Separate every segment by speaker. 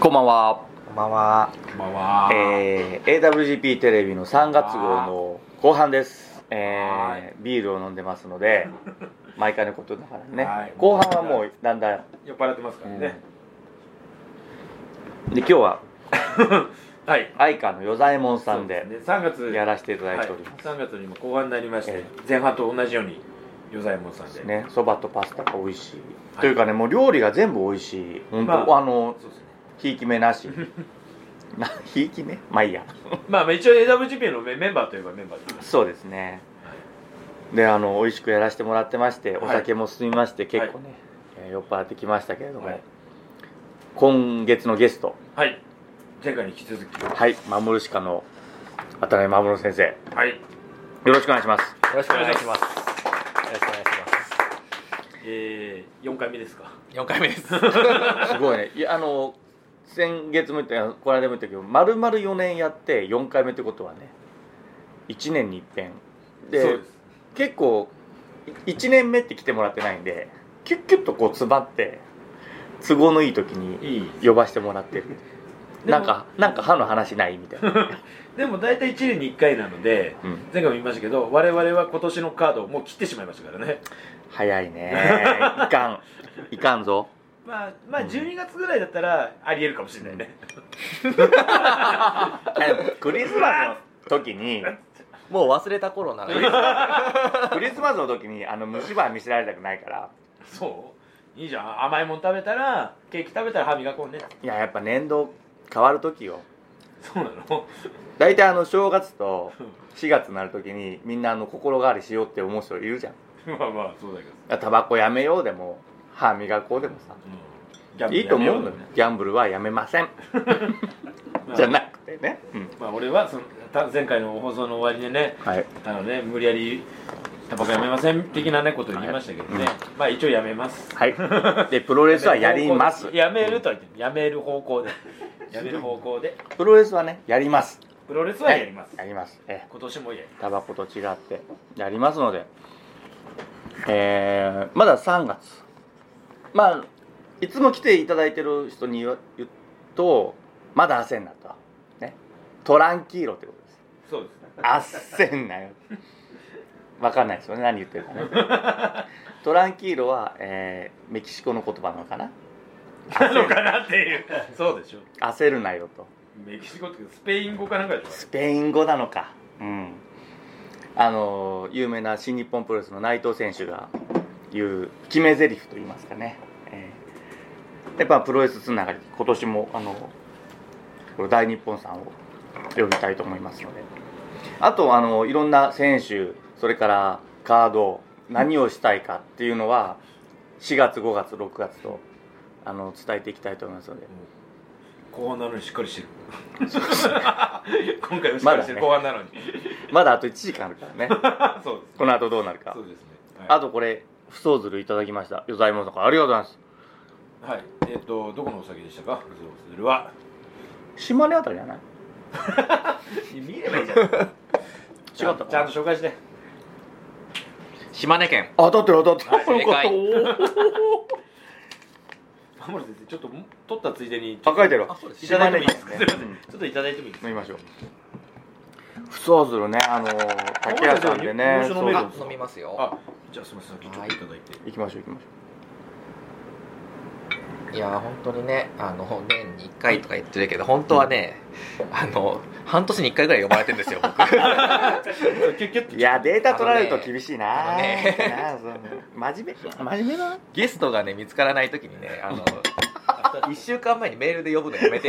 Speaker 1: こんばんは、
Speaker 2: こんばんは、
Speaker 3: まは
Speaker 1: えー、AWGP テレビの3月号の後半です、
Speaker 3: は
Speaker 1: え
Speaker 3: い
Speaker 1: ー、ビールを飲んでますの で毎回のことだからね、
Speaker 3: はい
Speaker 1: 後半はもうだんだん
Speaker 3: 酔っ払ってますからね、
Speaker 1: で今日は
Speaker 3: はい
Speaker 1: 相川の与左衛門さんで
Speaker 3: そうすね3月
Speaker 1: やらせていただい
Speaker 3: はい
Speaker 1: ております、
Speaker 3: 3月にも後半になりまして、
Speaker 1: え
Speaker 3: 前半と同じように与左衛門さんで
Speaker 1: ねそばとパスタが美味しい、
Speaker 3: い
Speaker 1: というかねもう料理が全部美味しい本当、
Speaker 3: まあ
Speaker 1: あの
Speaker 3: そうですね
Speaker 1: ひいき目な しなひいき目まあいいや
Speaker 3: まあ一応 AWGP のメメンバーといえばメンバーです
Speaker 1: そうですねであの美味しくやらせてもらってましてお酒も進みまして、結構ね、えー酔っ払ってきましたけれども、
Speaker 3: はい
Speaker 1: 今月のゲスト
Speaker 3: はい前回に引き続きは
Speaker 1: はい守る鹿の渡辺守先生よ
Speaker 3: い
Speaker 1: ろしくお願いします
Speaker 2: よろしくお願いします。よろしくお願いします。
Speaker 3: えー、4回目ですか
Speaker 2: 四回目 です。
Speaker 1: すごいねいやあの先月も言ったよこの間も言ったけど丸々4年やって4回目ってことはね1年に一遍
Speaker 3: そ
Speaker 1: で
Speaker 3: うです
Speaker 1: 結構1年目って来てもらってないんでキュッキュッとこう詰まって都合のいい時に
Speaker 3: いい
Speaker 1: 呼ばしてもらってる
Speaker 3: で
Speaker 1: な
Speaker 3: も
Speaker 1: んかなんか歯の話ないみたい な、
Speaker 3: でも大体1年に1回なので
Speaker 1: うん
Speaker 3: 前回も言いましたけど我々は今年のカードをもう切ってしまいましたからね
Speaker 1: 早いねいかんいかんぞ
Speaker 3: まあまあ12月ぐらいだったらありえるかもしれないね、
Speaker 1: クリスマスの時に
Speaker 2: もう忘れた頃なので。
Speaker 1: クリスマスの時にあの虫歯見せられたくないから
Speaker 3: そういいじゃん甘いもん食べたらケーキ食べたら歯磨こうね
Speaker 1: いややっぱ年度変わる時よ
Speaker 3: そうなの
Speaker 1: 大体あの正月と4月になる時にみんなあの心変わりしようって思う人いるじゃん
Speaker 3: まあまあそうだけど、
Speaker 1: タバコやめようでも歯磨こうでもさ
Speaker 3: うんギャンブル
Speaker 1: いいと思
Speaker 3: や
Speaker 1: う
Speaker 3: め
Speaker 1: の
Speaker 3: よ
Speaker 1: よギャンブルはやめません
Speaker 3: まあ
Speaker 1: じゃなくてね、うん
Speaker 3: まあ俺はそのた前回の放送の終わりでね
Speaker 1: はい
Speaker 3: あのね無理やりタバコやめません的なねことを言いましたけどね、
Speaker 1: はい
Speaker 3: まあ一応やめます
Speaker 1: はいでプロレスはやります
Speaker 3: やめるとは言ってるやめる方 向でやめる方向で
Speaker 1: プロレスはねやります
Speaker 3: プロレスはやります、
Speaker 1: やりますええ
Speaker 3: 今年もやる
Speaker 1: タバコと違ってやりますのでえー、まだ3月まあいつも来ていただいてる人に言わ言うとまだ焦んなとねトランキーロってことです
Speaker 3: そう ですね
Speaker 1: あっせんなよわかんないですよね何言ってるかねトランキーロは、えーメキシコの言葉なのかな
Speaker 3: なのかなっていうそうでしょ
Speaker 1: 焦るなよと
Speaker 3: メキシコってスペイン語かなんかでしょ
Speaker 1: スペイン語なのかうんあのー有名な新日本プロレスの内藤選手が言う決め台詞と言いますかね、えーやっぱプロレスつながりで今年もあのこの大日本さんを呼びたいと思いますのであとあのいろんな選手それからカード何をしたいかっていうのは4月5月6月とあの伝えていきたいと思いますので
Speaker 3: 後半なのにしっかり してる今回もしっ
Speaker 1: ま
Speaker 3: か
Speaker 1: だね
Speaker 3: りしてる、後半なのに
Speaker 1: まだあと1時間あるからね
Speaker 3: そうです
Speaker 1: この後どうなるか
Speaker 3: そうですね
Speaker 1: あ
Speaker 3: は
Speaker 1: とこれ不相ずるいただきました与左衛門さんからありがとうございま
Speaker 3: い、はい、えっ、とどこのお酒でしたかそうするは
Speaker 1: す島根あたりじゃない
Speaker 3: 見れば いいじゃん違ったち
Speaker 1: 違った
Speaker 3: ゃんちゃんと紹介して
Speaker 2: 島根県。
Speaker 1: 当たってる当たってる
Speaker 2: はい正解
Speaker 1: よかっ
Speaker 3: 守る先生ちょっと取ったついでに
Speaker 1: たあ書いてる
Speaker 2: あそうです
Speaker 3: いただいてもいいですか
Speaker 1: ね
Speaker 3: すいませんちょっといただいてもいいで
Speaker 1: 飲
Speaker 3: すか
Speaker 1: みましょう不相ずるねあのー竹屋さんでね
Speaker 3: あそうですよ日
Speaker 1: そう
Speaker 3: 本酒飲める
Speaker 2: あ
Speaker 3: んです、か
Speaker 2: 飲みますよ。
Speaker 3: あじゃあすみません先ちょっといただいて、
Speaker 1: 行きましょう行きまし
Speaker 2: いやー本当にねあの年に1回とか言ってるけど本当はね、あの半年に1回ぐらい呼ばれてるんですよ 僕
Speaker 3: キュッキュッ
Speaker 1: ょ
Speaker 3: と
Speaker 1: ういやデータ取られると厳しい
Speaker 2: あ
Speaker 1: な
Speaker 2: のね
Speaker 1: なあそう真面目真面目だな
Speaker 2: ゲストがね見つからない時にねあの1週 間前にメールで呼ぶのやめて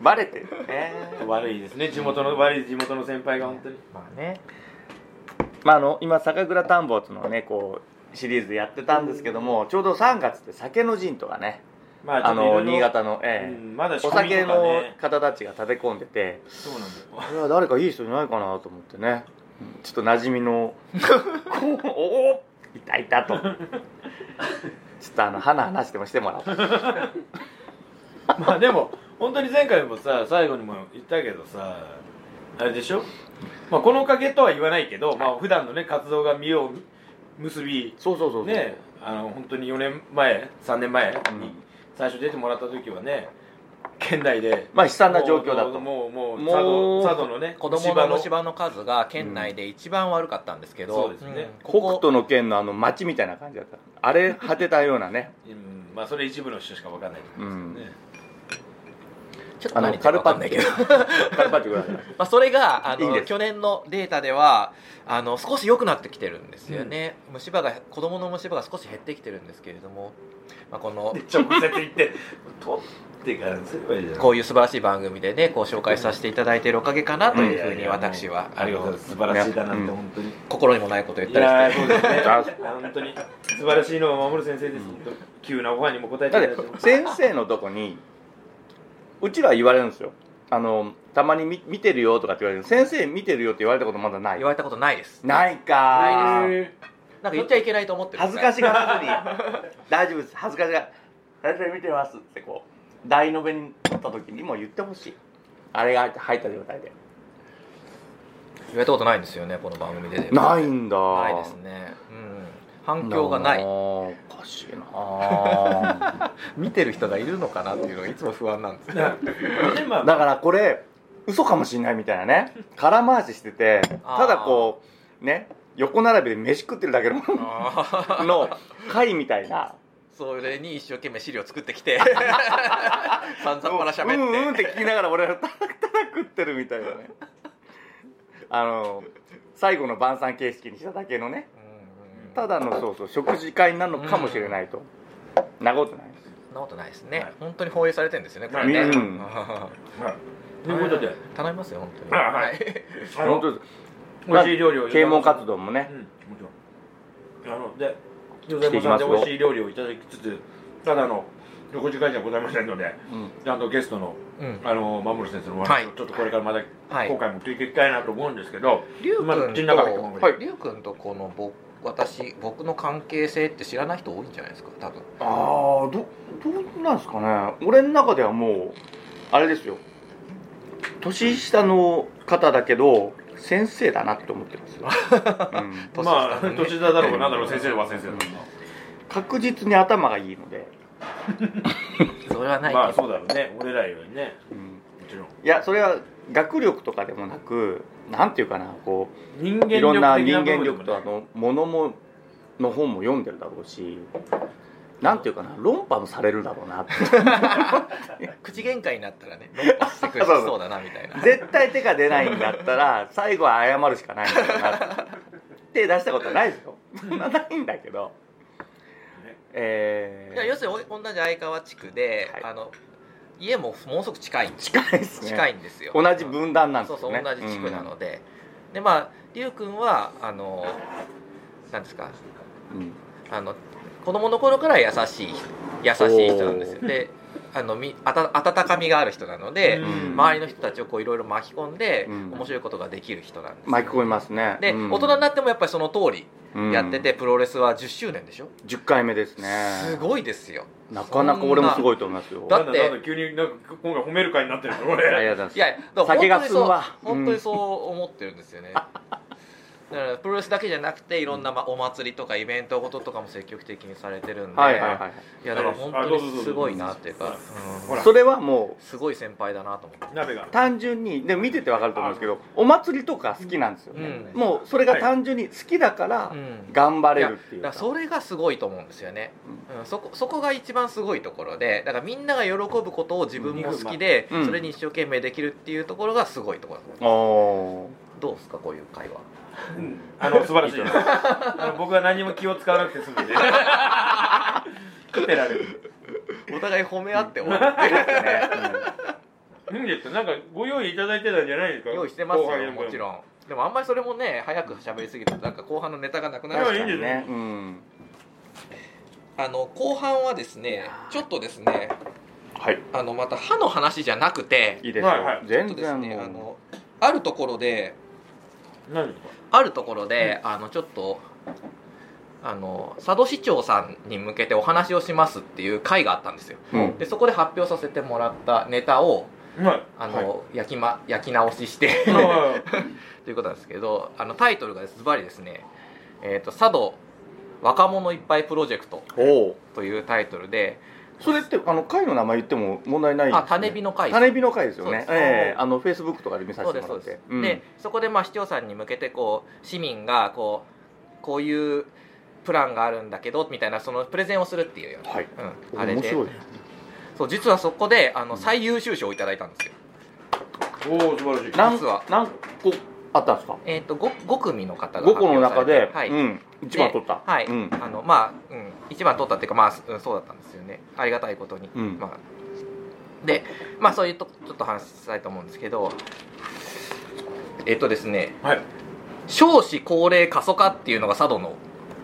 Speaker 1: バレてるね
Speaker 3: 悪いですね地元の悪い地元の先輩が本当に
Speaker 2: まあね
Speaker 1: まああの今酒蔵探訪っていうのをねこうシリーズやってたんですけどもちょうど3月って酒の陣とかね
Speaker 3: ま
Speaker 1: あ
Speaker 3: ちょっといろ
Speaker 1: の
Speaker 3: いろ
Speaker 1: 新潟のええ
Speaker 3: うんまだ仕
Speaker 1: お
Speaker 3: 込み
Speaker 1: 酒
Speaker 3: とか
Speaker 1: の
Speaker 3: ね
Speaker 1: 方たちが立て込んでて
Speaker 3: そうなんだよ
Speaker 1: これは誰かいい人いないかなと思ってねちょっと馴染みのこうおおいたいたとちょっとあの花話でもしてもらおう
Speaker 3: まあでも本当に前回もさ最後にも言ったけどさあれでしょ、まあ、このおかげとは言わないけど、まあ普段のね活動が実を結び
Speaker 1: そうそうそうそう
Speaker 3: ねあの本当に4年前3年前に
Speaker 1: うん
Speaker 3: 最初出てもらった時はね県内で
Speaker 1: まあ悲惨な状況だと
Speaker 3: もうもうもう
Speaker 1: もう
Speaker 3: 佐渡佐渡のね
Speaker 2: 子供の虫歯の数が県内で一番悪かったんですけど、
Speaker 3: うんそうですね
Speaker 2: んこ
Speaker 1: 北
Speaker 2: こ
Speaker 1: 斗の剣のあの町みたいな感じだったあれ果てたようなね、
Speaker 3: うんまあそれ一部の人しかわかんないと
Speaker 1: う
Speaker 3: 思うん
Speaker 1: ん
Speaker 3: です、
Speaker 2: ちょっと何言ってるか分かんないけど
Speaker 1: カルパッチョぐらいだ
Speaker 2: まあ、それがあ
Speaker 1: いいん
Speaker 2: の
Speaker 1: です
Speaker 2: 去年のデータではあの少し良くなってきてるんですよね、虫歯が子供の虫歯が少し減ってきてるんですけれども、まあ、この
Speaker 3: で直接行って取ってからすればいいじゃん
Speaker 2: こういう素晴らしい番組でねこう紹介させていただいているおかげかなというふうに私は
Speaker 3: あ
Speaker 2: あ
Speaker 3: りがとう
Speaker 2: の
Speaker 3: ございます素晴らしいだなって
Speaker 1: ね
Speaker 3: 本当に、
Speaker 2: 心にもないことを言っ
Speaker 3: い
Speaker 2: たりして
Speaker 3: やーそうですね
Speaker 1: あ
Speaker 3: 本当に素晴らしいのは守先生です、本当に急なオファーにも応えていただいて
Speaker 1: って先生のとこにうちらは言われるんですよあのたまに見見てるよとかって言われる先生見てるよって言われたことまだない
Speaker 2: 言われたことないです
Speaker 1: ないか
Speaker 2: ないなんか言っちゃいけないと思ってる
Speaker 1: 恥ずかしがらずに 大丈夫です恥ずかしが先生見てますってこう大のべに取った時にも言ってほしいあれが入った状態で
Speaker 2: 言われたことないんですよねこの番組で
Speaker 1: ないんだ
Speaker 2: ないですね、うん、反響がない
Speaker 1: おかしいな
Speaker 2: 見てる人がいるのかなっていうのがいつも不安なんで すよ
Speaker 3: でまあ
Speaker 1: だからこれ嘘かもしれないみたいな ね空回ししてて
Speaker 2: あー
Speaker 1: ただこうね横並びで飯食ってるだけ のの会みたいな
Speaker 2: それに一生懸命資料作って きて散々パラ喋って、
Speaker 1: うんうんって聞きながら俺らただただ食ってるみたいなねあの最後の晩餐形式にしただけのねただのそうそう食事会なのかもしれないと、なことないです
Speaker 2: そんなことないですね、
Speaker 3: はい
Speaker 2: 本当に放映されてるんですよねこれ
Speaker 3: う
Speaker 2: ね、
Speaker 1: ん
Speaker 3: ということで
Speaker 2: 頼みますよ本当に
Speaker 3: はいはい
Speaker 2: い
Speaker 3: あの
Speaker 1: 本当です
Speaker 3: 美味しい料理を
Speaker 1: 啓蒙活
Speaker 3: 動
Speaker 1: 動も
Speaker 3: う
Speaker 1: ね
Speaker 3: んもちろんあのでヨゼモさんで美味しい料理をいただきつつただの横時間じゃございませんので
Speaker 1: うん
Speaker 3: ちゃんとゲストの
Speaker 2: うん
Speaker 3: あの守先生のお話を
Speaker 2: はい
Speaker 3: ちょっとこれからまだ
Speaker 2: はい
Speaker 3: 今回も聞いていきたいなと思うんですけど、
Speaker 2: 龍君
Speaker 3: まあ
Speaker 2: と
Speaker 3: 口の中でこの
Speaker 1: はい
Speaker 2: 龍君とこの僕私僕の関係性って知らない人多いんじゃないですか多分
Speaker 1: ああどどうなんですかね俺の中ではもうあれですよ年下の方だけど先生だなって思ってます よ、うん
Speaker 2: 年下
Speaker 3: まあ
Speaker 2: だね
Speaker 3: 年下だろうなんだろう先生は先生だろう
Speaker 1: 確実に頭がいいので、
Speaker 2: それはな
Speaker 3: ないまあ
Speaker 2: けど、
Speaker 3: そうだろうね俺らよりね
Speaker 1: うん
Speaker 3: もちろん
Speaker 1: いやそれは学力とかでもなくなんていうかなこ
Speaker 3: 人
Speaker 1: ういろんな
Speaker 3: 間
Speaker 1: 人
Speaker 3: 力的
Speaker 1: 間
Speaker 3: 部
Speaker 1: 力
Speaker 3: 分
Speaker 1: と
Speaker 3: だ
Speaker 1: あ
Speaker 3: ね
Speaker 1: のものもの本も読んでるだろうしなんていうかな論破もされるだろうなって
Speaker 2: 口喧嘩になったらね論破してくれそうだな みたいな
Speaker 1: 絶対手が出ないんだったら最後は謝るしかないんだろうなって手出したことはないですよそんなないんだけどえ
Speaker 2: いや要
Speaker 1: ー、
Speaker 2: するに同じ相川地区で、
Speaker 1: はい
Speaker 2: あの家もものすごく近いんです
Speaker 1: 近いですね
Speaker 2: 近いんですよ
Speaker 1: 同じ分断なんです
Speaker 2: そう
Speaker 1: よね
Speaker 2: そう同じ地区なので、でまあ龍君はあのなんですか
Speaker 1: うん
Speaker 2: あの子供の頃から優しい人優しい人なんですよであのみあた温かみがある人なので、
Speaker 3: うん
Speaker 2: 周りの人たちをこういろいろ巻き込んで、
Speaker 1: うん
Speaker 2: 面白いことができる人なんですよ
Speaker 1: 巻き込みますね
Speaker 2: で、
Speaker 1: うん
Speaker 2: 大人になってもやっぱりその通り
Speaker 1: うん
Speaker 2: やってて、プロレスは10周年でしょ、
Speaker 1: 10回目ですね
Speaker 2: すごいですよ
Speaker 1: なかなか俺もす
Speaker 2: い
Speaker 1: ごいと思いますよ
Speaker 2: だ
Speaker 3: な
Speaker 2: っ
Speaker 3: ん
Speaker 2: て
Speaker 3: だなんだ急になんか今回褒める会になってるから
Speaker 1: ありがとうご
Speaker 3: 俺
Speaker 1: ざいます
Speaker 2: いやいやだから
Speaker 1: 酒が進むわ
Speaker 2: 本当にそう本当にそう思ってるんですよねだからプロレスだけじゃなくていろんな、ま、お祭りとかイベントごととかも積極的にされてるんで、
Speaker 1: はいはいはい
Speaker 2: いやだから本
Speaker 3: あど
Speaker 2: 当
Speaker 3: うぞどう
Speaker 2: に
Speaker 3: ぞ
Speaker 2: すごいなっていうか、うん
Speaker 3: ほら
Speaker 1: それはも
Speaker 2: すごい先輩だなと思って、
Speaker 3: 鍋が
Speaker 1: う単純にでも見ててわかると思うんですけどお祭りとか好きなんですよね、
Speaker 2: うん
Speaker 1: もうそれが単純に好きだから
Speaker 2: うん
Speaker 1: 頑張れるってい
Speaker 2: だ
Speaker 1: う
Speaker 2: か
Speaker 1: から
Speaker 2: それがすごいと思うんですよね、うん、そこそこが一番すごいところでだからみんなが喜ぶことを自分も好きで、
Speaker 1: うん
Speaker 2: それに一生懸命できるっていうところがすごいところ
Speaker 1: おお
Speaker 2: どうですかこういう会話
Speaker 3: うんあの素晴らしいですあの 僕は何も気を使わなくて済むん で食ってられる
Speaker 2: お互い褒め合って終わる
Speaker 1: ー、ね
Speaker 3: うんですなんかご用意いただいてたんじゃないですか
Speaker 2: 用意してます
Speaker 3: 後輩
Speaker 2: よ
Speaker 3: の分
Speaker 2: もちろんでもあんまりそれもね早く喋りすぎるとなんか後半のネタがなくな
Speaker 1: うん、
Speaker 2: る
Speaker 3: いや
Speaker 2: し
Speaker 3: いいんです
Speaker 1: 確かにね、うん、
Speaker 2: あの後半はですねちょっとですね
Speaker 1: はい
Speaker 2: あのまた歯の話じゃなくて
Speaker 1: いいですよ、
Speaker 3: はいはい
Speaker 2: ちょっ
Speaker 1: 全
Speaker 2: とです
Speaker 1: 然もう、
Speaker 2: ねあのあるところで
Speaker 3: 何ですか
Speaker 2: あるところで、あのちょっとあの佐渡市長さんに向けてお話をしますっていう会があったんですよ
Speaker 1: うん
Speaker 2: でそこで発表させてもらったネタを
Speaker 3: はい
Speaker 2: あの、焼きま、焼き直しして
Speaker 3: はい
Speaker 2: ということなんですけどあのタイトルがズバリですね「えー、と佐渡若者いっぱいプロジェクト
Speaker 1: おお」
Speaker 2: というタイトルで
Speaker 1: それってあの会の名前言っても問題ないんです
Speaker 2: あ
Speaker 1: ね
Speaker 2: 種火の会
Speaker 1: 種火の会ですよ
Speaker 2: そうで
Speaker 1: ね
Speaker 2: す
Speaker 1: ええあのフェイスブックとかで見さ
Speaker 2: そ
Speaker 1: せ
Speaker 2: う
Speaker 1: て
Speaker 2: です
Speaker 1: も
Speaker 2: そ
Speaker 1: らって
Speaker 2: うです、
Speaker 1: うん
Speaker 2: でそこでまあ市長さんに向けてこう市民がこうこういうプランがあるんだけどみたいなそのプレゼンをするっていうような、
Speaker 1: はい
Speaker 2: うん、あれ
Speaker 1: 面
Speaker 2: で
Speaker 1: 白い
Speaker 2: そう実はそこであの最優秀賞をいただいたんですよ、
Speaker 3: おお素晴らしい
Speaker 1: 何
Speaker 2: 実は
Speaker 1: 何個あったんですか
Speaker 2: えー、と 5, 5組の方が
Speaker 1: 5
Speaker 2: 発
Speaker 1: 個の
Speaker 2: 表さ
Speaker 1: 中
Speaker 2: れて
Speaker 1: で、
Speaker 2: はい
Speaker 1: うん、1番取った、
Speaker 2: はい、
Speaker 1: うん
Speaker 2: あのまあ、うん、一番取ったっていうかまあうんそうだったんですよねありがたいことに、
Speaker 1: うん
Speaker 2: まあ、でまあそういうとちょっと話したいと思うんですけどえっとですね
Speaker 3: はい
Speaker 2: 少子高齢過疎化っていうのが佐渡の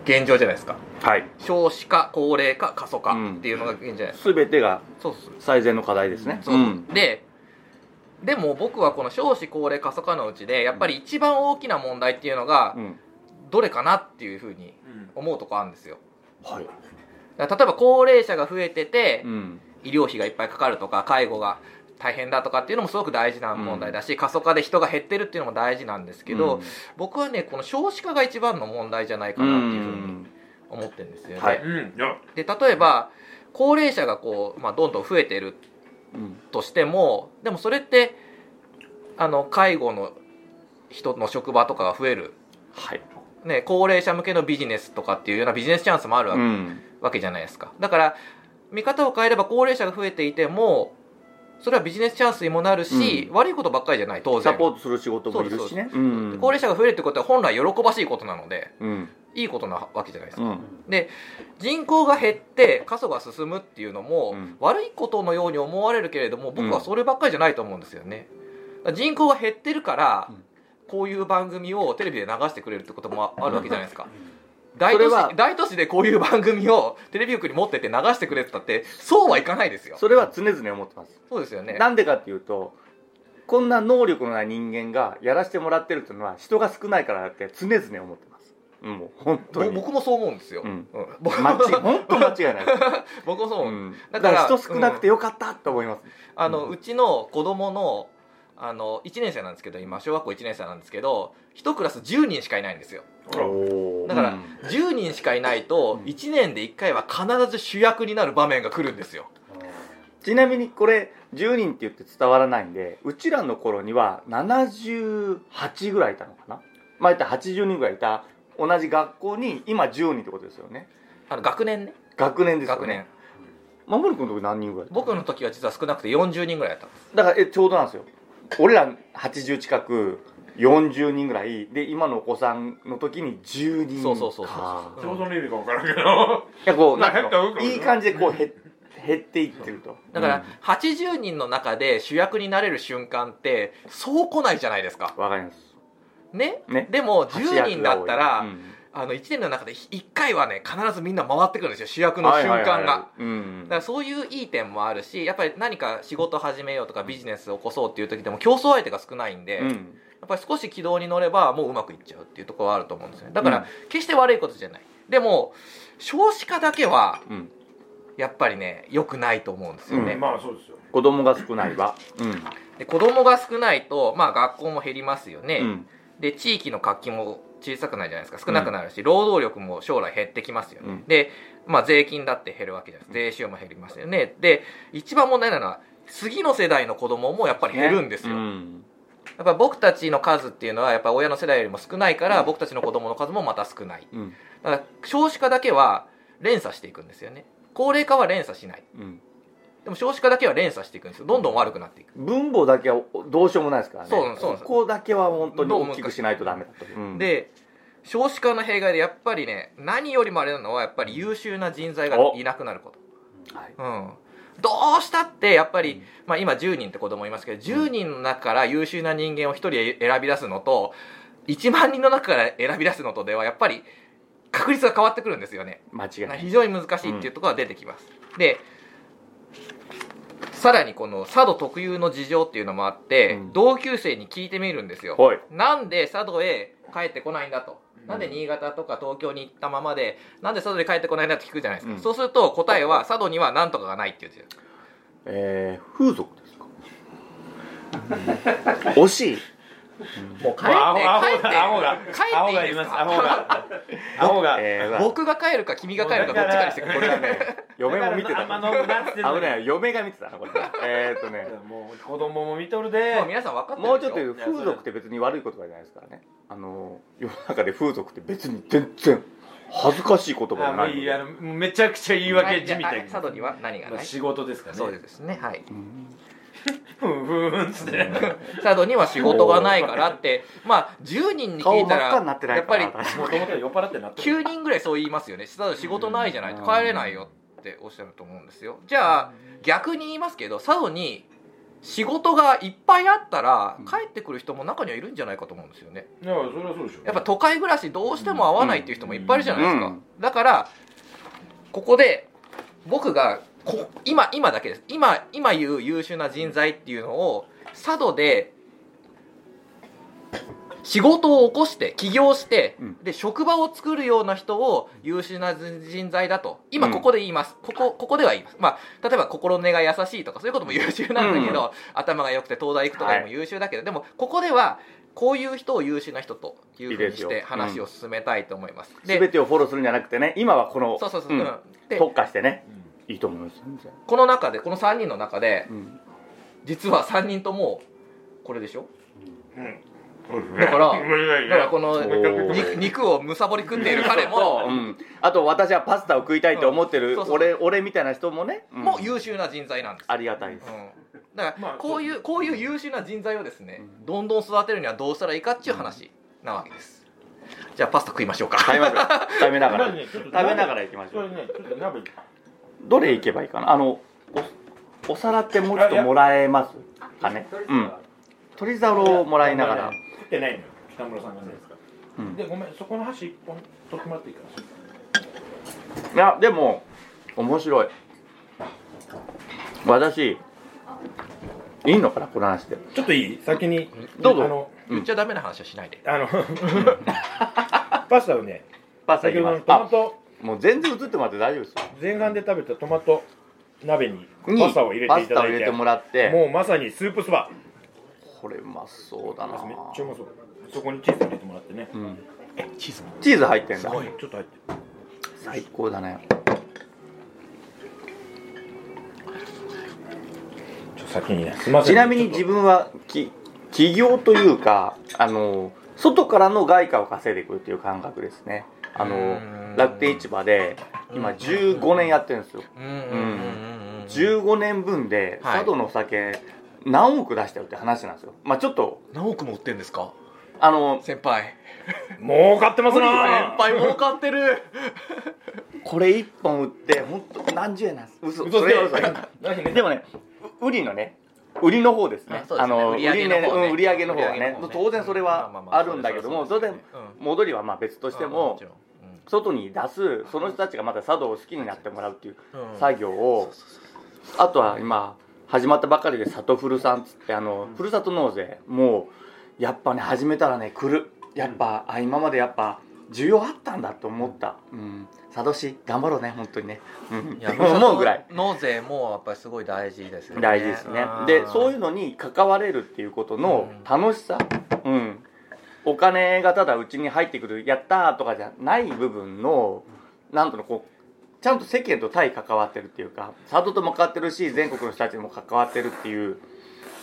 Speaker 2: 現状じゃないですか
Speaker 1: はい、
Speaker 2: 少子化高齢化過疎化っていうのが現状じゃないですか、
Speaker 1: 全てが
Speaker 2: そうっす
Speaker 1: 最善の課題ですね、
Speaker 2: そう、
Speaker 1: ん
Speaker 2: ででも僕はこの少子高齢過疎化のうちでやっぱり一番大きな問題っていうのが
Speaker 1: うん
Speaker 2: どれかなっていうふうに
Speaker 3: うん
Speaker 2: 思うとこあるんですよ
Speaker 1: はい
Speaker 2: だから例えば高齢者が増えてて、
Speaker 1: うん
Speaker 2: 医療費がいっぱいかかるとか介護が大変だとかっていうのもすごく大事な問題だし、過疎化で人が減ってるっていうのも大事なんですけど、僕はねこの少子化が一番の問題じゃないか
Speaker 1: うん
Speaker 2: なっていうふうに思ってるんですよね。
Speaker 1: はい
Speaker 3: うんいや
Speaker 2: で例えば高齢者がこう、まあ、どんどん増えてる
Speaker 1: うん
Speaker 2: としてもでもそれってあの介護の人の職場とかが増える、
Speaker 1: はい
Speaker 2: ね、高齢者向けのビジネスとかっていうようなビジネスチャンスもあるわけ
Speaker 1: うん
Speaker 2: わけじゃないですかだから見方を変えれば高齢者が増えていてもそれはビジネスチャンスにもなるし、悪いことばっかりじゃない当
Speaker 1: サ
Speaker 2: 然
Speaker 1: ポートする仕事もいるしねうん
Speaker 2: 高齢者が増えるってことは本来喜ばしいことなので
Speaker 1: うん
Speaker 2: いいことなわけじゃないです
Speaker 1: う
Speaker 2: か、
Speaker 1: ん
Speaker 2: 人口が減って過疎が進むっていうのも、
Speaker 1: うん
Speaker 2: 悪いことのように思われるけれども僕はそればっかりじゃないと思うんですよね、だから人口が減ってるから、
Speaker 1: うん
Speaker 2: こういう番組をテレビで流してくれるってこともあるわけじゃないですか、大
Speaker 1: そ
Speaker 2: 都
Speaker 1: れ
Speaker 2: 市
Speaker 1: は
Speaker 2: 大都市でこういう番組を テレビ局に持ってって流してくれてたってそうはいかないですよ
Speaker 1: それは常々思ってます
Speaker 2: そうですよね
Speaker 1: なんでかっていうとこんな能力のない人間がやらせてもらってるっていうのは人が少ないからだって常々思ってますうんもう本当
Speaker 2: ぼ
Speaker 1: に
Speaker 2: 僕もそう思うんですよ、
Speaker 1: うん
Speaker 2: うん僕
Speaker 1: 間
Speaker 2: も
Speaker 1: 違 い本当間違いないです
Speaker 2: 僕もそう思う、
Speaker 1: うん
Speaker 2: だ
Speaker 1: だ
Speaker 2: か
Speaker 1: からら人少なくてよかったと思います
Speaker 2: あのうちの子供のあの1年生なんですけど今小学校1年生なんですけど1クラス10人しかいないんですよ
Speaker 3: ほ
Speaker 2: だから
Speaker 1: うん
Speaker 2: 10人しかいないと
Speaker 1: うん
Speaker 2: 1年で1回は必ず主役になる場面が来るんですよ
Speaker 1: ちなみにこれ10人って言って伝わらないんでうちらの頃には78ぐらいいたのかな前言った80人ぐらいいた同じ学校に今10人ってことですよね
Speaker 2: あの学年ね
Speaker 1: 学年ですよね
Speaker 2: 学年
Speaker 1: 守君の時何人ぐらい
Speaker 2: 僕の時は実は少なくて40人ぐらいだったんです
Speaker 1: だからえちょうどなんですよ俺ら80近く40人ぐらいで今のお子さんの時に10人
Speaker 2: そうそうそうそう
Speaker 1: か
Speaker 3: どの意味か分からんけど
Speaker 1: いやこうなん
Speaker 3: なん
Speaker 1: て
Speaker 3: か
Speaker 1: い
Speaker 3: よ
Speaker 1: う
Speaker 3: く
Speaker 1: のいい感じでこう減 減っていってると
Speaker 2: だから、80人の中で主役になれる瞬間ってそう来ないじゃないですか
Speaker 1: うんわ、かります
Speaker 2: ね
Speaker 1: ね
Speaker 2: でも10人だったら、
Speaker 1: うん
Speaker 2: あの1年の中で1回はね必ずみんな回ってくるんですよ主役の瞬
Speaker 1: は
Speaker 2: 間が、
Speaker 1: いはいはいうん
Speaker 2: だからそういういい点もあるしやっぱり何か仕事始めようとかビジネスを起こそうっていう時でも競争相手が少ないんで、
Speaker 1: う
Speaker 2: やっ
Speaker 1: ん
Speaker 2: ぱり少し軌道に乗ればもううまくいっちゃうっていうところはあると思うんですよねだから、
Speaker 1: うん
Speaker 2: 決して悪いことじゃないでも少子化だけは
Speaker 1: うん、
Speaker 2: やっぱりね良くないと思うんですよね、
Speaker 1: うん
Speaker 3: まあそうですよ
Speaker 1: 子供が少ないわ、うん
Speaker 2: で子供が少ないと、まあ、学校も減りますよね、
Speaker 1: うん
Speaker 2: で地域の活気も小さくなるじゃないですか少なくなるし、労働力も将来減ってきますよね、
Speaker 1: うん
Speaker 2: で、まあ、税金だって減るわけじゃないです税収も減りますよねで一番問題なのは次の世代の子供もやっぱり減るんですよ、
Speaker 1: うん
Speaker 2: やっぱ僕たちの数っていうのはやっぱ親の世代よりも少ないから僕たちの子供の数もまた少ない
Speaker 1: うん
Speaker 2: だから少子化だけは連鎖していくんですよね高齢化は連鎖しない
Speaker 1: うん、
Speaker 2: でも少子化だけは連鎖していくんですよどんどん悪くなっていく
Speaker 1: 分母だけはどうしようもないですからね
Speaker 2: そうなんですそう
Speaker 1: こ
Speaker 2: なんです
Speaker 1: こだけは本当に大きくしないとダメだと、うん、
Speaker 2: で少子化の弊害でやっぱりね何よりもあれなのはやっぱり優秀な人材がいなくなること
Speaker 1: はい、
Speaker 2: うん、どうしたってやっぱり、まあ、今10人って子供いますけど10人の中から優秀な人間を1人選び出すのと1万人の中から選び出すのとではやっぱり確率が変わってくるんですよね
Speaker 1: 間違いない
Speaker 2: 非常に難しいっていうところが出てきます、でさらにこの佐渡特有の事情っていうのもあって、
Speaker 1: うん
Speaker 2: 同級生に聞いてみるんですよ
Speaker 1: はい
Speaker 2: なんで佐渡へ帰ってこないんだと
Speaker 3: うん
Speaker 2: なんで新潟とか東京に行ったままでなんで佐渡に帰ってこないんだって聞くじゃないですか、
Speaker 1: うん
Speaker 2: そうすると答えは佐渡には何とかがないって言うんですよ
Speaker 1: えー、風俗ですか惜しい
Speaker 2: もう帰っ
Speaker 3: もうアホア
Speaker 2: て帰
Speaker 3: ホがアホがア
Speaker 2: って帰って
Speaker 3: ホ
Speaker 2: いい
Speaker 3: が
Speaker 2: で
Speaker 3: い
Speaker 2: す
Speaker 3: ます
Speaker 2: か
Speaker 3: アホがアホが
Speaker 1: えーまあ
Speaker 2: 僕が帰るか君が帰るかどっちかにして
Speaker 3: も
Speaker 2: こ
Speaker 3: うだ
Speaker 1: こ
Speaker 2: れ
Speaker 1: れはね
Speaker 2: はね
Speaker 1: 嫁も見てた
Speaker 3: だからあんま飲むなっつってんの
Speaker 1: 危
Speaker 3: に
Speaker 1: ない嫁が見てたなこれえーっとね
Speaker 3: もう子供も見とるで
Speaker 2: もう皆さん分かって
Speaker 1: も
Speaker 2: る
Speaker 1: うち
Speaker 2: でし
Speaker 1: ょっと言
Speaker 2: ょ
Speaker 1: う風俗って別に悪い言葉じゃないですからねあの世の中で風俗って別に全然恥ずかしい言葉じ
Speaker 3: あ
Speaker 1: ゃ
Speaker 3: も
Speaker 1: な
Speaker 3: う
Speaker 1: いの
Speaker 3: いい
Speaker 1: で
Speaker 3: あのもうめちゃくちゃ言い訳じみたい
Speaker 2: 佐渡には何が
Speaker 3: ま
Speaker 2: な
Speaker 3: あ
Speaker 2: い
Speaker 3: 仕事ですからね
Speaker 2: そうですねはい
Speaker 1: うん
Speaker 3: ふんふんふんっつってね
Speaker 2: 佐渡には仕事がないからってまあ10人に聞いたら
Speaker 1: 顔真っ赤になってない
Speaker 2: やっ
Speaker 1: か
Speaker 2: ぱ
Speaker 1: な
Speaker 2: り
Speaker 3: もともと酔っ払ってなってる
Speaker 2: 9人ぐらいそう言いますよね佐渡仕事ないじゃないと
Speaker 1: うん
Speaker 2: 帰れないよっておっしゃると思うんですよじゃあ逆に言いますけど佐渡に仕事がいっぱいあったら
Speaker 1: うん
Speaker 2: 帰ってくる人も中にはいるんじゃないかと思うんですよね
Speaker 3: いやそれはそうでしょ
Speaker 2: やっぱ都会暮らしどうしても合わないっていう人もいっぱいいるじゃないですか、
Speaker 1: うん
Speaker 2: だからここで僕がこ今今だけです今今言う優秀な人材っていうのを佐渡で仕事を起こして起業して、
Speaker 1: うん
Speaker 2: で職場を作るような人を優秀な人材だと今
Speaker 1: うん
Speaker 2: ここで言います、ここここでは言います、まあ、例えば心根が優しいとかそういうことも優秀なんだけど、頭が良くて東大行くとかでも優秀だけど、でもここではこういう人を優秀な人というふうに
Speaker 1: いいで
Speaker 2: し
Speaker 1: す
Speaker 2: て
Speaker 1: よ
Speaker 2: 話を進めたいと思います。で
Speaker 1: 全てをフォローするんじゃなくてね今はこの
Speaker 2: そうそうそう、
Speaker 1: ん
Speaker 2: うんで
Speaker 1: 特化してね
Speaker 3: う
Speaker 1: いいと思います全然
Speaker 2: この中でこの3人の中で
Speaker 1: うん
Speaker 2: 実は3人ともこれでしょ
Speaker 3: んうん
Speaker 2: だ から
Speaker 3: 無理だよ
Speaker 2: だからこの
Speaker 1: お
Speaker 2: に
Speaker 1: ー
Speaker 2: 肉をむさぼり食っている彼も
Speaker 1: うんあと私はパスタを食いたいと思って
Speaker 2: うん
Speaker 1: る
Speaker 2: そうそう
Speaker 1: 俺俺みたいな人もねうん
Speaker 2: もう優秀な人材なんです、
Speaker 1: ありがたいです
Speaker 2: うん、だか
Speaker 3: ま
Speaker 2: ら
Speaker 3: あ
Speaker 2: こういうこういう優秀な人材をですね
Speaker 1: うん
Speaker 2: どんどん育てるにはどうしたらいいかっていう話なわけですじゃあパスタ食いましょうか
Speaker 1: 食べましょう食べながら
Speaker 3: まあねちょっ
Speaker 1: 食
Speaker 3: と
Speaker 1: べながら行きまし
Speaker 3: そ
Speaker 1: ょう
Speaker 3: れねちょっと鍋
Speaker 1: どれ行けばいいかなあのおお皿ってもうちょっともらえますかねうん鶏皿をもらいながら
Speaker 3: 食ってないのよ北村さんがね
Speaker 1: うん
Speaker 3: でごめんそこの箸一本取ってもらっていいかない
Speaker 1: やでも面白い私いいのかなこの話で
Speaker 3: ちょっといい先に
Speaker 1: どうぞ
Speaker 3: あの
Speaker 2: 言っちゃダメな話はしないで
Speaker 3: あのパスタをね
Speaker 1: パスタい
Speaker 3: 先
Speaker 1: きま
Speaker 3: ほどの
Speaker 1: す
Speaker 3: トマ
Speaker 1: あ
Speaker 3: ト
Speaker 1: もう全然映ってもらって大丈夫ですよ
Speaker 3: 前半で食べたトマト鍋に
Speaker 1: に
Speaker 3: パスタを入れていた
Speaker 1: パスタを
Speaker 3: だ
Speaker 1: 入
Speaker 3: い
Speaker 1: れ
Speaker 3: て
Speaker 1: てもらって
Speaker 3: もうまさにスープそば
Speaker 1: これうまそうだ
Speaker 3: めっ
Speaker 1: な
Speaker 3: ちゃうまそうそこにチーズ入れてもらってね
Speaker 1: うん
Speaker 2: えチーズも
Speaker 1: チーズ入ってんだ
Speaker 2: ごい
Speaker 3: ちょっと入って
Speaker 1: 最高だね
Speaker 3: ちょっと先にねすいません
Speaker 1: ちなみに自分はき起業というかあの外からの外貨を稼いでいくっていう感覚ですねあ
Speaker 2: う
Speaker 1: の
Speaker 2: ーん
Speaker 1: 楽天市場で今15年やってるんですよ
Speaker 2: うんうんうんうんうん
Speaker 1: 15年分で
Speaker 2: はい
Speaker 1: 佐渡のお酒何億出したよって話なんですよまあちょっと
Speaker 2: 何億も売ってんですか
Speaker 1: あの
Speaker 2: 先輩
Speaker 3: もう買ってますな
Speaker 2: 先輩儲かってる
Speaker 1: これ1本売って本当何十円なんです嘘
Speaker 3: 嘘
Speaker 1: そ
Speaker 3: つけ
Speaker 1: れは嘘でもねう売りのね売りの方ですね
Speaker 2: あそうで
Speaker 1: あ
Speaker 2: すね
Speaker 1: の
Speaker 2: 売
Speaker 1: 売
Speaker 2: り
Speaker 1: り上
Speaker 2: 上げ
Speaker 1: げ
Speaker 2: の方ね
Speaker 1: の方,、うん、売り上げの方は
Speaker 2: 売り上げ
Speaker 1: ね
Speaker 2: の方ね
Speaker 1: 当然それ
Speaker 2: まあまあ
Speaker 1: は
Speaker 2: まあ
Speaker 1: あるんだけども
Speaker 2: そ
Speaker 1: 当然
Speaker 2: れはそうですねう
Speaker 1: 戻りはまあ別としても、
Speaker 2: うんうん
Speaker 1: 外に出すその人たちがまた茶道を好きになってもらうっていう
Speaker 2: うん
Speaker 1: 作業をあとは今始まったばかりで里ふるさんっつってあのふるさと納税もうやっぱね始めたらね来るやっぱあ今までやっぱ需要あったんだと思った、うん、佐渡市頑張ろうね本当にね、うん、
Speaker 2: いや
Speaker 1: 思うぐらい
Speaker 2: 納税もやっぱりすごい大事ですよね
Speaker 1: 大事ですねでそういううのに関われるっていうことの楽しさうんお金がただうちに入ってくるやったーとかじゃない部分のなんとのこうちゃんと世間と対関わってるっていうか佐渡とも関わってるし全国の人たちにも関わってるっていう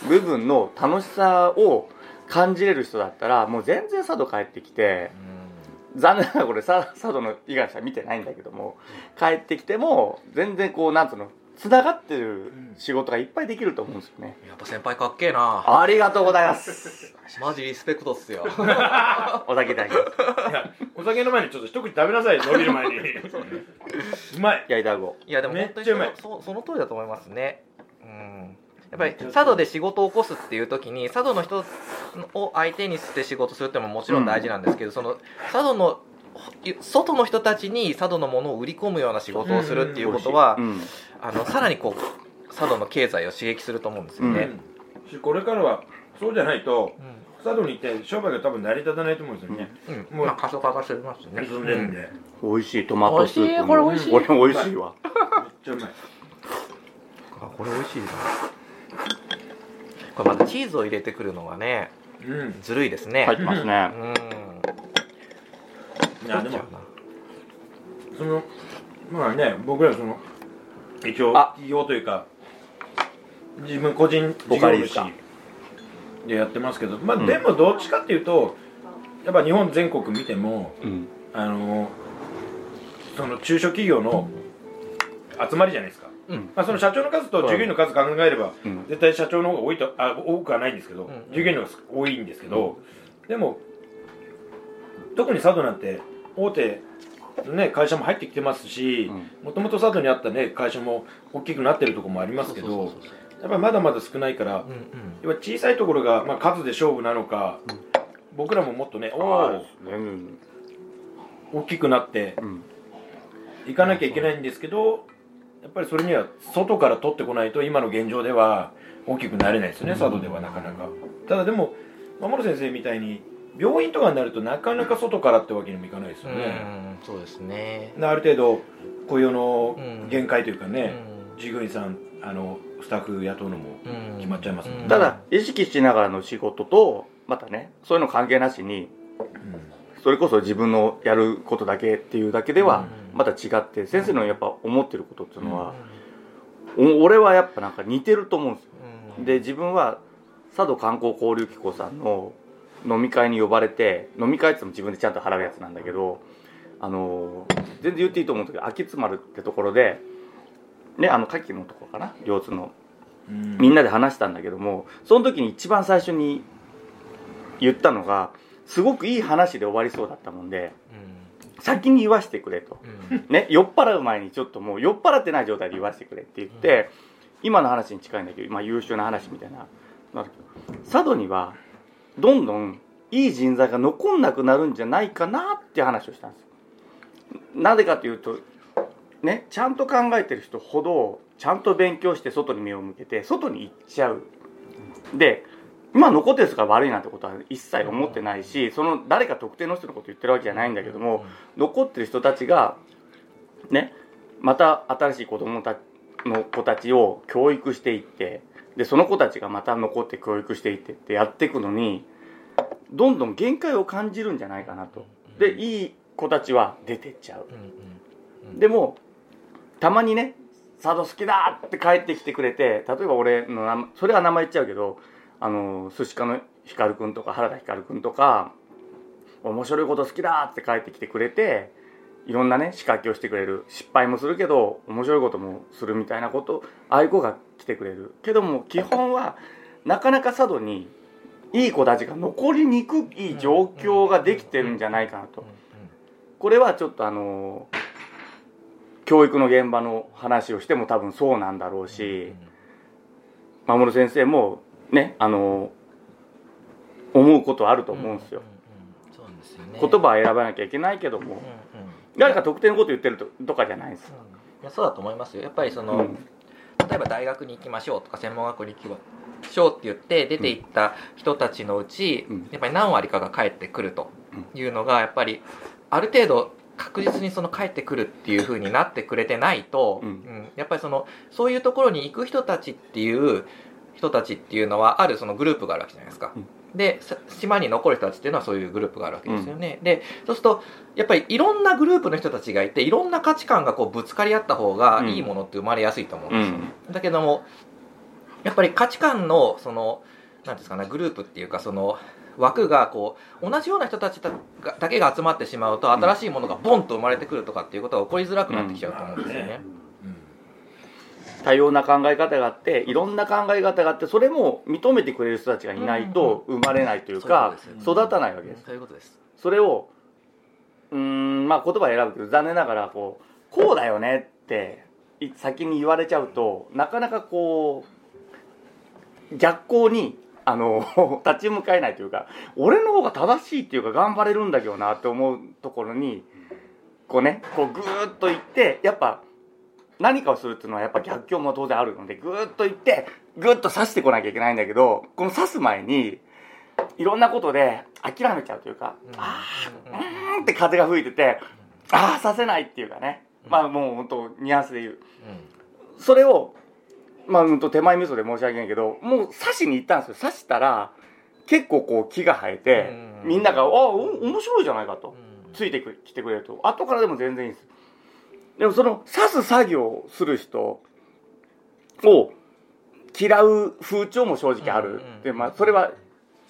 Speaker 1: 部分の楽しさを感じれる人だったらもう全然佐渡帰ってきて残念ながらこれさ佐渡の以外の人は見てないんだけども帰ってきても全然こうなんつうのつながってる仕事がいっぱいできると思うんですよね
Speaker 2: んやっぱ先輩かっけえな
Speaker 1: ありがとうございます
Speaker 2: マジリスペクトっすよ
Speaker 1: お酒いただきます
Speaker 3: いやお酒の前にちょっと一口食べなさい降りる前にうまい
Speaker 1: 焼いたご
Speaker 2: いやでも本当
Speaker 3: めっ
Speaker 2: に
Speaker 3: ちゃ
Speaker 2: そう
Speaker 3: まい
Speaker 2: のそその通りだと思いますねうんやっぱり佐渡で仕事を起こすっていう時に佐渡の人を相手にして仕事するってのももちろん大事なんですけど、その佐渡のい外の人たちに佐渡のものを売り込むような仕事をするっていうことは、
Speaker 1: うん
Speaker 2: あのさらにこう佐渡の経済を刺激すると思うんですよ
Speaker 1: う
Speaker 2: ね、
Speaker 1: ん
Speaker 3: しこれからはそうじゃないと
Speaker 2: う
Speaker 3: 佐渡に行って商売が多分成り立たないと思うんですよね、
Speaker 2: ん、
Speaker 3: もう
Speaker 2: まあ過疎化がしてますね
Speaker 3: 進んでるんで、
Speaker 2: う
Speaker 3: めっ
Speaker 1: 美味しいトマトスープも
Speaker 2: 美
Speaker 3: 味しいこれ美
Speaker 1: 俺
Speaker 3: 味しい
Speaker 1: 美味しいわ
Speaker 3: ちゃうまい
Speaker 2: あこれ美味しいなこれまたチーズを入れてくるのがね
Speaker 3: うん
Speaker 2: ずるいですね、
Speaker 1: 入ってますね
Speaker 2: うん
Speaker 3: いやでも
Speaker 2: 取っちゃうな
Speaker 3: そのまあね僕らその一応
Speaker 1: あ
Speaker 3: 企業というか自分個人事
Speaker 1: お借
Speaker 3: 業
Speaker 1: りです
Speaker 3: 主
Speaker 1: か
Speaker 3: でやってますけどまあ、
Speaker 1: うん
Speaker 3: でもどっちかっていうとやっぱ日本全国見ても
Speaker 1: うん
Speaker 3: あのその中小企業の集まりじゃないですか、
Speaker 2: うん
Speaker 3: まあ、その社長の数と従業員の数考えれば、
Speaker 1: うん
Speaker 3: 絶対社長の方が多いとあ多くはないんですけど、
Speaker 2: うんうん
Speaker 3: 従業員の方が多いんですけど、でも特に佐渡なんて大手のね、会社も入ってきてますし
Speaker 1: うん
Speaker 3: もともと佐渡にあった、ね、会社も大きくなってるところもありますけど
Speaker 2: そうそうそう
Speaker 3: やっぱりまだまだ少ないから、
Speaker 2: そううん
Speaker 3: 要は小さいところが、まあ、数で勝負なのか、僕らももっとねお
Speaker 1: あ
Speaker 3: ー
Speaker 1: ーうん
Speaker 3: 大きくなって
Speaker 1: うん
Speaker 3: 行かなきゃいけないんですけどやっぱりそれには外から取ってこないと今の現状では大きくなれないですよね佐渡ではなかなかただでも守先生みたいに病院とかになるとなかなか外からってわけにもいかないです
Speaker 2: う
Speaker 3: よ
Speaker 2: ん、
Speaker 3: ね、
Speaker 2: うん、そうですね
Speaker 3: である程度雇用
Speaker 2: う
Speaker 3: の
Speaker 2: ん
Speaker 3: 限界というか
Speaker 2: う
Speaker 3: ね、
Speaker 2: ん
Speaker 3: 従業員さんあのスタッフ雇うのも
Speaker 2: うん
Speaker 3: 決まっちゃいますもんね
Speaker 2: うん
Speaker 1: ただ意識しながらの仕事とまたねそういうの関係なしにそれこそ自分のやることだけっていうだけでは
Speaker 2: うん
Speaker 1: また違って先生のやっぱ思ってることっていうの
Speaker 2: う
Speaker 1: は
Speaker 2: ん、
Speaker 1: お俺はやっぱなんか似てると思うんですよ
Speaker 2: うん
Speaker 1: で自分は佐渡観光交流機構さんの飲み会に呼ばれて飲み会って言っても自分でちゃんと払うやつなんだけどあのー全然言っていいと思うんだけど秋津丸ってところでねあの牡蠣のとこかな両津の
Speaker 3: うん
Speaker 1: みん
Speaker 3: な
Speaker 1: なで話したんだけどもその時に一番最初に言ったのがすごくいい話で終わりそうだったもんで先に言わせてくれと、
Speaker 2: うんうん
Speaker 1: ね、酔っ払う前にちょっともう酔っ払ってない状態で言わせてくれって言って、今の話に近いんだけど、まあ、優秀な話みたいななるけど佐渡にはどんどんいい人材が残んなくなるんじゃないかなって話をしたんですよなぜかというとねちゃんと考えてる人ほどちゃんと勉強して外に目を向けて外に行っちゃうで今残ってる人が悪いなんてことは一切思ってないしその誰か特定の人のこと言ってるわけじゃないんだけども、残ってる人たちがねまた新しい子供たの子たちを教育していってでその子たちがまた残って教育していってってやっていくのにどんどん限界を感じるんじゃないかなと。でいい子たちは出てっちゃう。
Speaker 2: うんうんうん
Speaker 1: でもたまにね佐渡好きだって帰ってきてくれて例えば俺の名前それは名前言っちゃうけどあの寿司家の光くんとか原田光くんとか面白いこと好きだって帰ってきてくれていろんなね仕掛けをしてくれる失敗もするけど面白いこともするみたいなことああいう子が来てくれるけども基本はなかなか佐渡にいい子たちが残りにくい状況ができてるんじゃないかなと
Speaker 2: うんうん
Speaker 1: これはちょっとあの教育の現場の話をしても多分そうなんだろうし守先生もねあの思うことはあると思うんですよ、。
Speaker 2: そうなんですよね。
Speaker 1: 言葉は選ばなきゃいけないけども、
Speaker 2: うんうん
Speaker 1: 誰か特定のこと言ってるととかじゃないです、
Speaker 2: いやそうだと思いますよ。やっぱりその、
Speaker 1: うん
Speaker 2: 例えば大学に行きましょうとか専門学校に行きましょうって言って出て行った人たちのうち、
Speaker 1: うん
Speaker 2: やっぱり何割かが帰ってくるというのがやっぱりある程度確実にその帰ってくるっていう風になってくれてないと、
Speaker 1: うん
Speaker 2: うんやっぱりそのそういうところに行く人たちっていう人たちっていうのはあるそのグループがあるわけじゃないですか。
Speaker 1: うん
Speaker 2: でさ島に残る人たちっていうのはそういうグループがあるわけですよね。でそうするとやっぱりいろんなグループの人たちがいていろんな価値観がこうぶつかり合った方がいいものって生まれやすいと思うん
Speaker 1: う
Speaker 2: ですよ。
Speaker 1: ん
Speaker 2: だけどもやっぱり価値観のそのなんていうんですかねグループっていうかその枠がこう同じような人たちだがだけが集まってしまうと新しいものがボンと生まれてくるとかっていうことが起こりづらくなってきちゃうと思うんですよね。
Speaker 1: 多様な考え方があっていろんな考え方があってそれも認めてくれる人たちがいないと生まれないというか、
Speaker 2: そう
Speaker 3: うん
Speaker 2: です
Speaker 3: そう
Speaker 1: 育たないわけです
Speaker 2: そういうことです。
Speaker 1: それをうーんまあ言葉選ぶけど残念ながらこうこうだよねってい先に言われちゃうとなかなかこう逆光にあの 立ち向かえないというか俺の方が正しいっていうか頑張れるんだけどなって思うところにこうねこうグーッといってやっぱ何かをするっていうのはやっぱ逆境も当然あるのでグーッといってぐっと刺してこなきゃいけないんだけどこの刺す前にいろんなことで諦めちゃうというか、あ
Speaker 2: うん
Speaker 1: あうーんって風が吹いててああ刺せないっていうかねまあもう本当ニュアンスで言うそれをまあうんと手前味噌で申し訳ないけどもう刺しに行ったんですよ刺したら結構こう木が生えて
Speaker 2: うん
Speaker 1: みんなが「ああお面白いじゃないか」と
Speaker 2: うん
Speaker 1: ついてきてくれると後からでも全然いいですでもその刺す作業をする人を嫌う風潮も正直あ
Speaker 2: うん
Speaker 1: る
Speaker 2: うんうん
Speaker 1: でまあそれは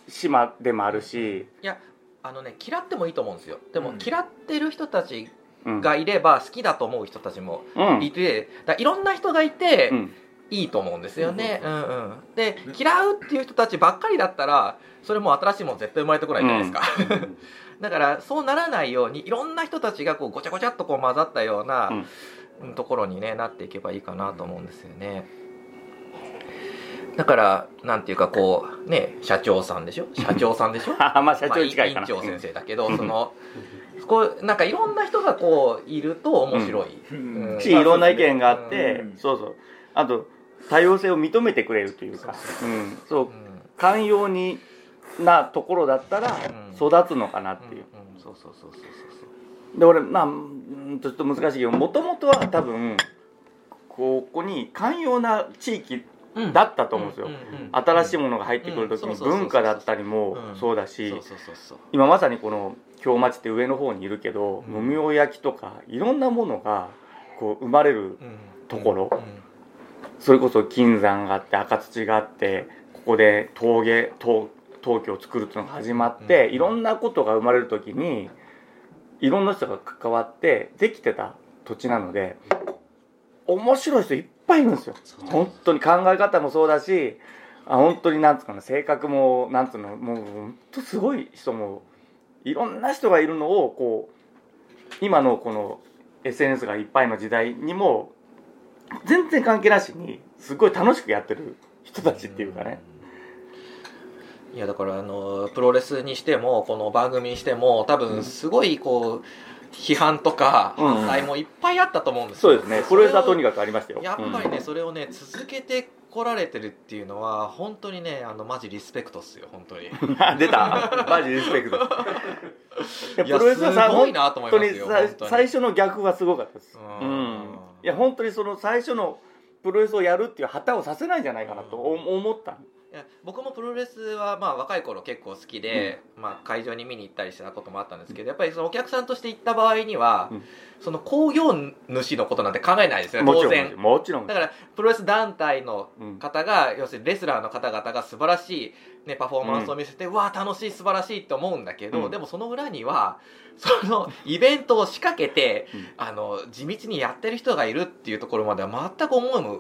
Speaker 1: 島でもあるし、
Speaker 2: いやあのね嫌ってもいいと思うんですよでも、
Speaker 3: うん
Speaker 2: 嫌ってる人たち
Speaker 1: うん、
Speaker 2: がいれば好きだと思う人たちも
Speaker 1: うん
Speaker 2: いて、だからいろんな人がいて、
Speaker 1: うん
Speaker 2: いいと思うんですよね、
Speaker 3: う
Speaker 2: うんうんで嫌うっていう人たちばっかりだったらそれもう新しいもん絶対生まれてこないじゃないですか、 だからそうならないようにいろんな人たちがこうごちゃごちゃっとこう混ざったような、うんところに、ね、なっていけばいいかなと思うんですよね。だからなんていうかこうね社長さんで しょ社長さんでしょ
Speaker 1: あまあ社長に
Speaker 2: ま
Speaker 1: 近
Speaker 2: あ委
Speaker 1: いか
Speaker 2: 員
Speaker 1: な、
Speaker 2: 長先生だけど
Speaker 1: うん
Speaker 2: そのこうなんかいろんな人がこういると面白い。
Speaker 3: うん
Speaker 2: うん
Speaker 1: しいろんな意見があって、
Speaker 3: うん
Speaker 1: そうそうあと多様性を認めてくれるというかうん、そう寛容になところだったら
Speaker 2: うん
Speaker 1: 育つのかなっていう、
Speaker 2: うんそうそうそうそうそ
Speaker 1: で俺まあうんとちょっと難しいけどもともとは多分ここに寛容な地域
Speaker 2: うそう
Speaker 1: だったと思うんですよ、新しい
Speaker 2: も
Speaker 1: ものが入ってくる時
Speaker 2: うん
Speaker 1: に
Speaker 2: そうそうそうそう
Speaker 1: 文化だったりも
Speaker 2: うん
Speaker 1: そうだし、
Speaker 2: そうそうそうそう
Speaker 1: 今まさにこの京町って上の方にいるけど
Speaker 2: うん
Speaker 1: 無明焼きとかいろんなものがこう生まれる
Speaker 2: うん
Speaker 1: ところ
Speaker 2: うん
Speaker 1: それこそ金山があって赤土があってここで陶芸陶陶器を作るっていうのが始まって、
Speaker 2: うん
Speaker 1: いろんなことが生まれる時にいろんな人が関わってできてた土地なので面白い人いっぱいいるんですよ
Speaker 2: そう
Speaker 1: 本当に考え方もそうだしあ本当になんつうかな性格もなんつうのもう本当すごい人もいろんな人がいるのをこう今のこの SNS がいっぱいの時代にも全然関係なしにすごい楽しくやってる人たちっていうかね。
Speaker 2: いやだからあのプロレスにしてもこの番組にしても多分すごいこう批判とか
Speaker 1: うん
Speaker 2: 反対もいっぱいあったと思うんです
Speaker 1: そ
Speaker 2: よ、
Speaker 1: うですねプロレスはとに
Speaker 2: か
Speaker 1: かくありましたよ。
Speaker 2: やっぱりね、
Speaker 1: うん
Speaker 2: それをね続けてこられてるっていうのは本当にねあのマジリスペクトっすよ本当に
Speaker 1: 出たマジリスペクトい や
Speaker 2: い
Speaker 1: プ
Speaker 2: や
Speaker 1: ロレスはさ
Speaker 2: すごいなと思
Speaker 1: 本
Speaker 2: い
Speaker 1: 当
Speaker 2: ます
Speaker 1: に
Speaker 2: よ
Speaker 1: さ
Speaker 2: 本当に
Speaker 1: 最初の逆がすごかったです、う
Speaker 2: うんん
Speaker 1: いや本当にその最初のプロレスをやるっていう旗をさせないんじゃないかなと思思ったの
Speaker 2: いや僕もプロレスはまあ若い頃結構好きで、まあ、会場に見に行ったりしたこともあったんですけどやっぱりそのお客さんとして行った場合には、
Speaker 1: うん
Speaker 2: その興行主のことなんて考えないですよね
Speaker 1: もち
Speaker 2: 当
Speaker 1: ろん
Speaker 2: 然
Speaker 1: もちろん
Speaker 2: だからプロレス団体の
Speaker 1: うん
Speaker 2: 方が要するにレスラーの方々が素晴らしい、ね、パフォーマンスを見せて、うわあ楽しい素晴らしいって思うんだけど、
Speaker 1: うん
Speaker 2: でもその裏には そのイベントを仕掛けて、
Speaker 1: うん
Speaker 2: あの地道にやってる人がいるっていうところまでは全く思いも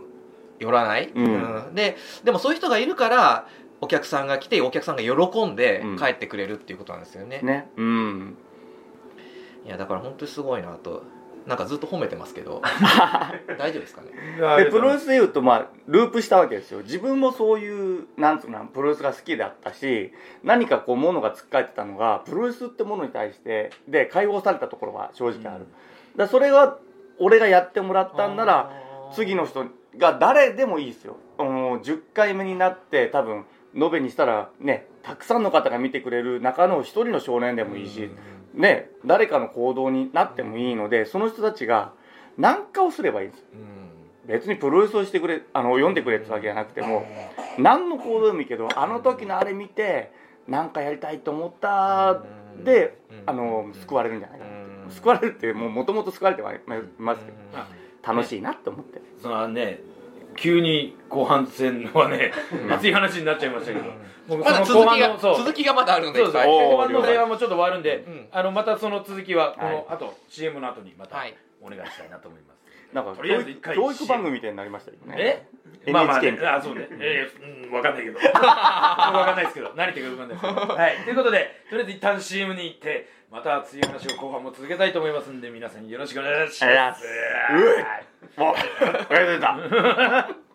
Speaker 2: よらない、
Speaker 1: うん
Speaker 2: うんででもそういう人がいるからお客さんが来てお客さんが喜んで
Speaker 1: うん
Speaker 2: 帰ってくれるっていうことなんですよね、
Speaker 1: ねうん
Speaker 2: いやだから本当にすごいなとなんかずっと褒めてます けど大丈夫ですかね
Speaker 1: でプロレスでいうとまあループしたわけですよ自分もそういうなんつうのかなプロレスが好きだったし何かこうものがつっかえてたのがプロレスってものに対してで解放されたところは正直ある、だからそれが俺がやってもらったんなら
Speaker 2: あー
Speaker 1: 次の人が誰でもいいですよ、うん、10回目になって多分延べにしたらねたくさんの方が見てくれる中の一人の少年でもいいし、ね誰かの行動になってもいいのでその人たちが何かをすればいいです
Speaker 2: うんうん
Speaker 1: 別にプロレスをしてくれあの読んでくれってわけじゃなくても何の行動でもいいけどあの時のあれ見て何かやりたいと思ったであの救わ
Speaker 2: れ
Speaker 1: れるんじゃないかな
Speaker 2: うん
Speaker 1: 救われるってもともと救われてはいますけど
Speaker 3: あ
Speaker 1: 楽しいなって思って
Speaker 3: そのね急に後半戦のはね熱い話になっちゃいましたけど僕
Speaker 2: まだ
Speaker 3: その
Speaker 2: 続
Speaker 3: 後
Speaker 2: き
Speaker 3: 半
Speaker 2: が
Speaker 3: のそう
Speaker 2: 続きがまだあるので
Speaker 3: そうそう
Speaker 2: いっ
Speaker 1: おー
Speaker 3: 後半の前半もちょっと終わるんで、
Speaker 2: うん
Speaker 3: あのまたその続きはこ
Speaker 1: はい
Speaker 3: の後、CM の後にま
Speaker 2: ぱいは
Speaker 3: た
Speaker 2: い
Speaker 3: お願いしたいなと思います、
Speaker 1: なんか
Speaker 3: と
Speaker 1: 教
Speaker 3: りあえず一
Speaker 1: 育
Speaker 3: 回
Speaker 1: 教育番組みたいになりましたよね。
Speaker 3: えまあまあ、ね
Speaker 1: NHK、
Speaker 3: あそうね、えーうん、分かんないけど 分かんないですけど何言ってるか分かんないですけどはいということでとりあえず一旦 CM に行ってまた熱い話を後半も続けたいと思いますんで皆さんよろしくお願いします
Speaker 1: ありがとうございますうえもう、ありがとうございました。